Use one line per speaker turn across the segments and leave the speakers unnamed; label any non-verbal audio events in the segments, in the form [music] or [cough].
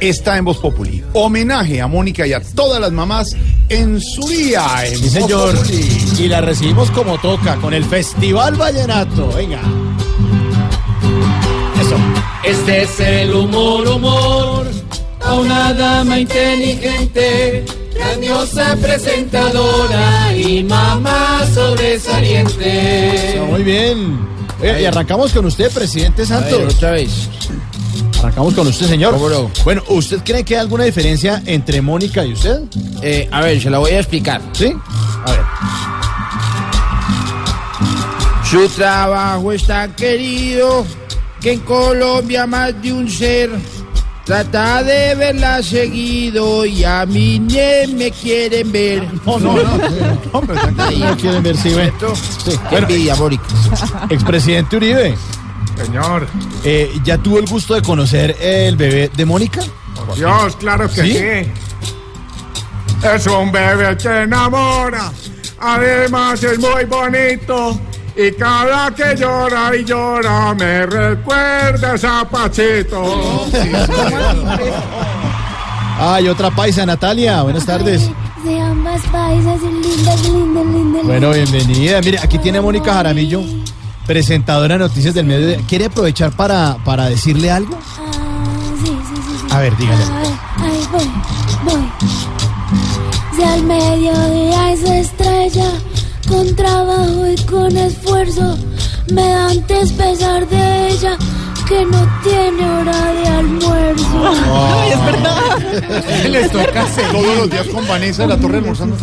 está en Voz Populi. Homenaje a Mónica y a todas las mamás en su día. En
Sí,
Voz
señor.
Populi.
Y la recibimos como toca con el Festival Vallenato. Venga. Eso.
Este es el humor, humor, a una dama inteligente, grandiosa presentadora y mamá sobresaliente.
Está muy bien. Oiga, y arrancamos con usted, presidente Santos.
vez.
Arrancamos con usted, señor.
¿Cómo no?
Bueno, ¿usted cree que hay alguna diferencia entre Mónica y usted?
eh, a ver, se la voy a explicar.
¿Sí? A ver.
Su trabajo es tan querido que en Colombia más de un ser trata de verla seguido y a mí ni me quieren ver.
No, no, no. No, hombre, tranquilo. No quieren ver si ven.
¿Cierto?
Sí.
Qué
Bueno,
envidia, Boric.
expresidente Uribe,
Señor,
eh, ¿ya tuvo el gusto de conocer el bebé de Mónica?
por Dios, claro que
¿Sí?
¿Sí? Es un bebé que enamora, además es muy bonito. Y cada que llora y llora me recuerda a Pachito.
Ah, y otra paisa, Natalia. Buenas tardes.
De ambas paisas, lindas, lindas, lindas.
Bueno, bienvenida. Mire, aquí tiene a Mónica Jaramillo, presentadora de Noticias del Medio. ¿Quiere aprovechar para, para decirle algo?
Ah, sí, sí, sí, sí.
A ver, dígale.
Ay, ay, voy, voy. Si al mediodía esa estrella, con trabajo y con esfuerzo, me da antes pesar de ella, que no tiene hora de almuerzo.
Les toca todos los días con Vanessa de la Torre almorzando.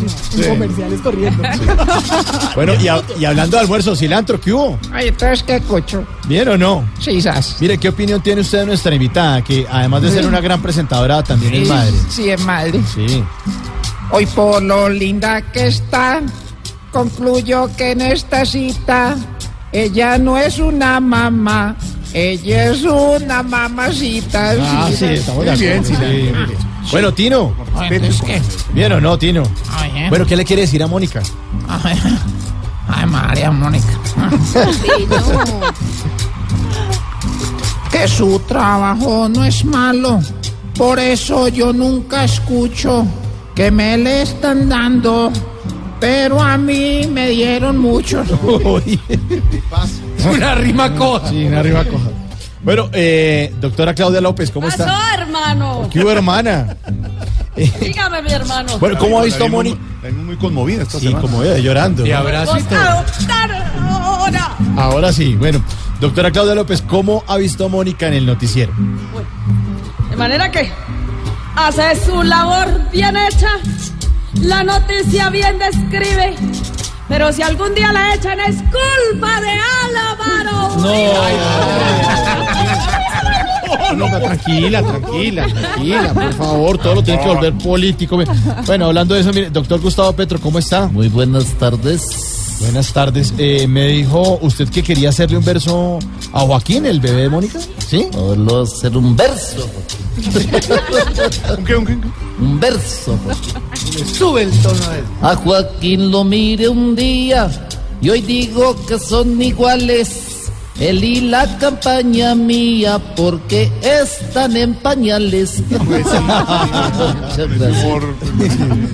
Bueno, y, ha- y hablando de almuerzo, cilantro, ¿qué hubo?
Ay, entonces qué cocho.
¿Bien o no?
Sí, sas.
Mire, ¿qué opinión tiene usted de nuestra invitada? Que además de ser una gran presentadora, también es madre.
Sí, es madre.
Sí.
Hoy por lo linda que está, concluyo que en esta cita ella no es una mamá, ella es una mamacita.
Ah, sí, estamos de
Muy bien,
acuerdo. sí. Bueno, Tino.
Ay, entonces qué.
¿Bien o no, Tino?
Ay, eh.
Bueno, ¿qué le quiere decir a Mónica?
Ay, eh. ay, María Mónica. que su trabajo no es malo, por eso yo nunca escucho que me le están dando, pero a mí me dieron mucho.
Uy.
Una rima cosa.
Sí, una arriba coja. Bueno, eh, doctora Claudia López, ¿cómo
pasó,
está?
hermano?
¿Qué hubo, hermana?
Dígame, mi hermano.
Bueno, ¿cómo ha visto a
La vimos
Mónica?
muy- la vimos muy conmovida esta
Sí,
semana.
como ella, llorando.
Y abrazo.
Vos adoptar ahora.
Ahora sí, bueno. Doctora Claudia López, ¿cómo ha visto a Mónica en el noticiero?
De manera que hace su labor bien hecha, la noticia bien describe. Pero si algún día la echan es culpa de Álvaro.
No, no, tranquila, tranquila, tranquila, por favor, todo lo tiene que volver político. Bueno, hablando de eso, mire, doctor Gustavo Petro, ¿cómo está?
Muy buenas tardes.
Buenas tardes. Eh, me dijo usted que quería hacerle un verso a Joaquín, el bebé de Mónica. ¿Sí?
Solo hacer un verso,
¿Un qué, un qué, un qué?
un verso.
Sube el tono de
A Joaquín lo mire un día y hoy digo que son iguales. Él y la campaña mía porque están en pañales. Muchas gracias.
Por-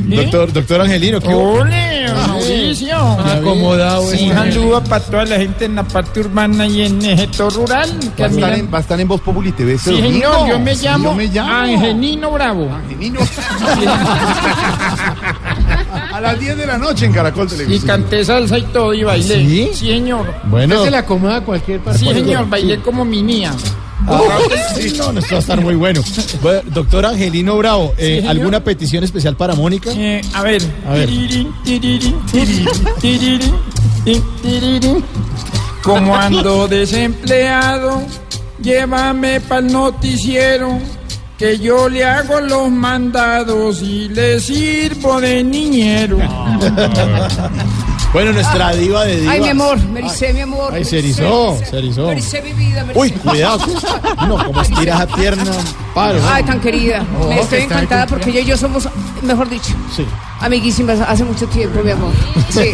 Doctor, doctor Angelino, ¿qué hubo?
¡Ole, Mauricio!
acomodado,
Sí, un saludo para toda la gente en la parte urbana y en el sector rural. Que
Va a, estar
admiran.
en, va a estar en Voz Populi TV este
Sí,
domingo.
señor, yo me
Sí,
llamo,
yo me llamo.
Angelino Bravo.
Angelino. A las 10 de la noche en Caracol
Y
Televisión.
canté salsa y todo y bailé.
¿Sí?
señor.
Bueno,
acomoda cualquier
Sí, señor, bailé como mi niña.
ah, sí, no, no, esto va a estar muy bueno. Bueno, doctor Angelino Bravo, eh,
señor.
¿alguna petición especial para Mónica?
Eh, a ver.
A ver.
Tirirín, tirirín, tirirín, tirirín, tin, tirirín. Como ando desempleado, llévame pa'l noticiero, que yo le hago los mandados y le sirvo de niñero.
Bueno, nuestra diva de divas.
Ay, mi amor, Mericé, mi amor.
Ay, se
Mericé,
erizó,
Mericé.
se erizó.
Mericé, mi vida, Mericé.
Uy, cuidado. No, como estiras a pierna, paro.
Ay, tan querida.
Oh,
Me estoy
que está
encantada
de
porque ella y yo somos, mejor dicho,
Sí.
amiguísimas
[laughs]
hace mucho tiempo, mi amor. Ah, Sí,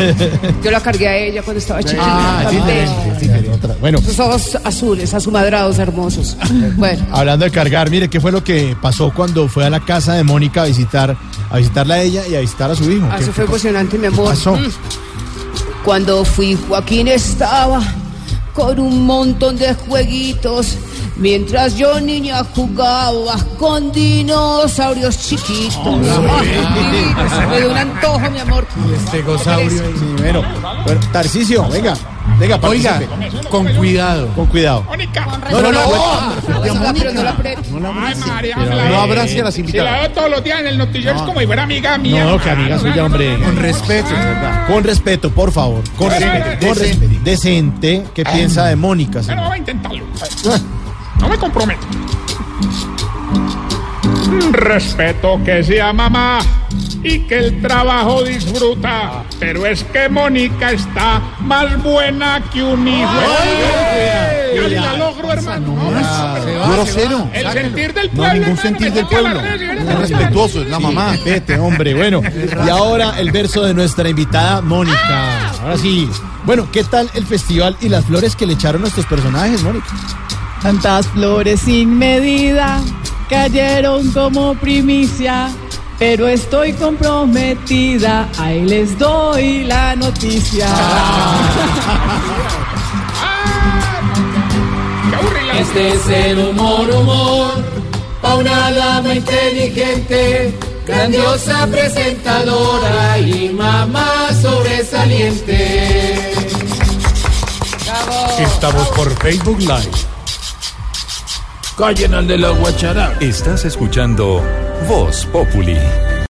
yo la cargué a ella cuando estaba chiquita.
Ah, es diferente, es diferente. otra. Bueno,
Sus ojos azules, azumadrados, hermosos. Bueno.
hablando de cargar, mire, ¿qué fue lo que pasó cuando fue a la casa de Mónica a visitar, a visitarla a ella y a visitar a su hijo?
Ah,
¿Qué-
Eso fue
qué pasó?
emocionante, mi
¿Qué
amor.
pasó? Este
Cuando fui, Joaquín estaba con un montón de jueguitos. Mientras yo, niña, jugaba con dinosaurios chiquitos. [laughs] Divinos, me dio un antojo, mi amor.
Tegosaurio. Sí, bueno, bueno, Tarcicio, venga, venga,
Oiga,
participe.
con cuidado.
Con cuidado. No, no, no.
No la pre- no la pre-
Ay, María,
No
habla
abrace a las
Si la
invitadas.
veo todos los días en el noticiero es como si fuera amiga mía.
No, que amiga suya, hombre.
Con
respeto.
Con respeto, por favor. Con
Bueno,
respeto. Con
decente.
respeto. Decente. ¿Qué piensa de Mónica?
Pero
señor?
vamos a intentarlo. No me comprometo. Respeto que sea mamá y que el trabajo disfruta, pero es que Mónica está más buena que un hijo. Yo la logro, hermano.
Grosero.
El sentir del
No,
pueblo.
ningún
hermano,
sentir
me
del
toca la
pueblo.
red,
Es respetuoso, es la mamá.
Ah, Vete, hombre. Bueno, y ahora el verso de nuestra invitada Mónica. Ahora sí. Bueno, ¿qué tal el festival y las flores que le echaron nuestros personajes, Mónica?
Tantas flores sin medida cayeron como primicia, pero estoy comprometida, ahí les doy la noticia.
Qué aburrida.
Este es el humor, humor, pa' una dama inteligente, grandiosa presentadora y mamá sobresaliente.
Estamos por Facebook Live.
Callen al de la guacharada.
Estás escuchando Voz Populi.